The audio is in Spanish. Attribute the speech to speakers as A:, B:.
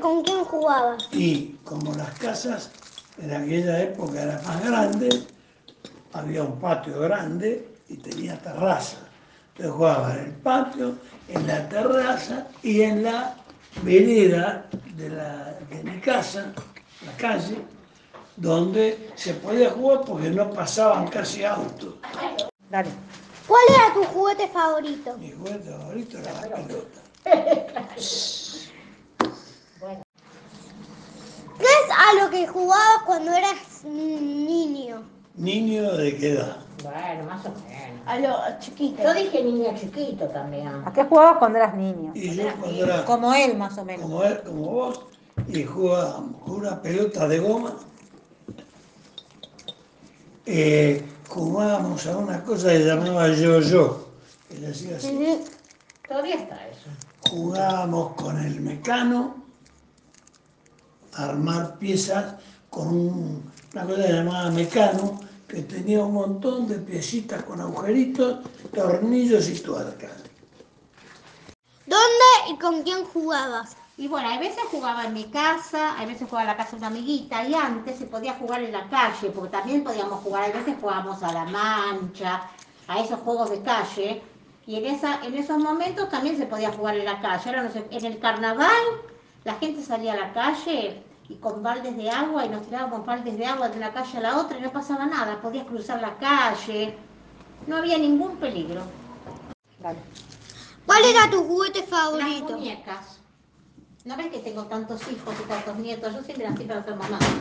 A: con quién jugaba?
B: Y como las casas en aquella época eran más grandes, había un patio grande y tenía terraza. Entonces jugaba en el patio, en la terraza y en la vereda de, la, de mi casa, la calle, donde se podía jugar porque no pasaban casi autos.
C: Dale.
A: ¿Cuál era tu juguete favorito?
B: Mi juguete favorito era la pelota.
A: ¿Qué es a lo que jugabas cuando eras ni- niño?
B: Niño de qué edad?
D: Bueno, más o menos.
E: A lo chiquito.
D: Yo dije niño chiquito también.
C: ¿A qué jugabas cuando eras niño?
B: Y yo cuando era
C: Como él, más o menos.
B: como, él, como vos y jugábamos con una pelota de goma. Eh, jugábamos a una cosa que llamaba yo-yo, que le hacía así.
D: Todavía está eso.
B: Jugábamos con el mecano, a armar piezas con un- una cosa llamada mecano, que tenía un montón de piecitas con agujeritos, tornillos y tuercas.
A: ¿Dónde y con quién jugabas?
E: Y bueno, a veces jugaba en mi casa, a veces jugaba en la casa de una amiguita, y antes se podía jugar en la calle, porque también podíamos jugar, a veces jugábamos a la mancha, a esos juegos de calle, y en, esa, en esos momentos también se podía jugar en la calle. Ahora no se- en el carnaval la gente salía a la calle y con baldes de agua, y nos tirábamos baldes de agua de una calle a la otra, y no pasaba nada, podías cruzar la calle, no había ningún peligro.
C: Dale.
A: ¿Cuál era tu juguete
E: Las
A: favorito?
E: muñecas. No ves que tengo tantos hijos y tantos nietos, yo siempre nací para ser mamá.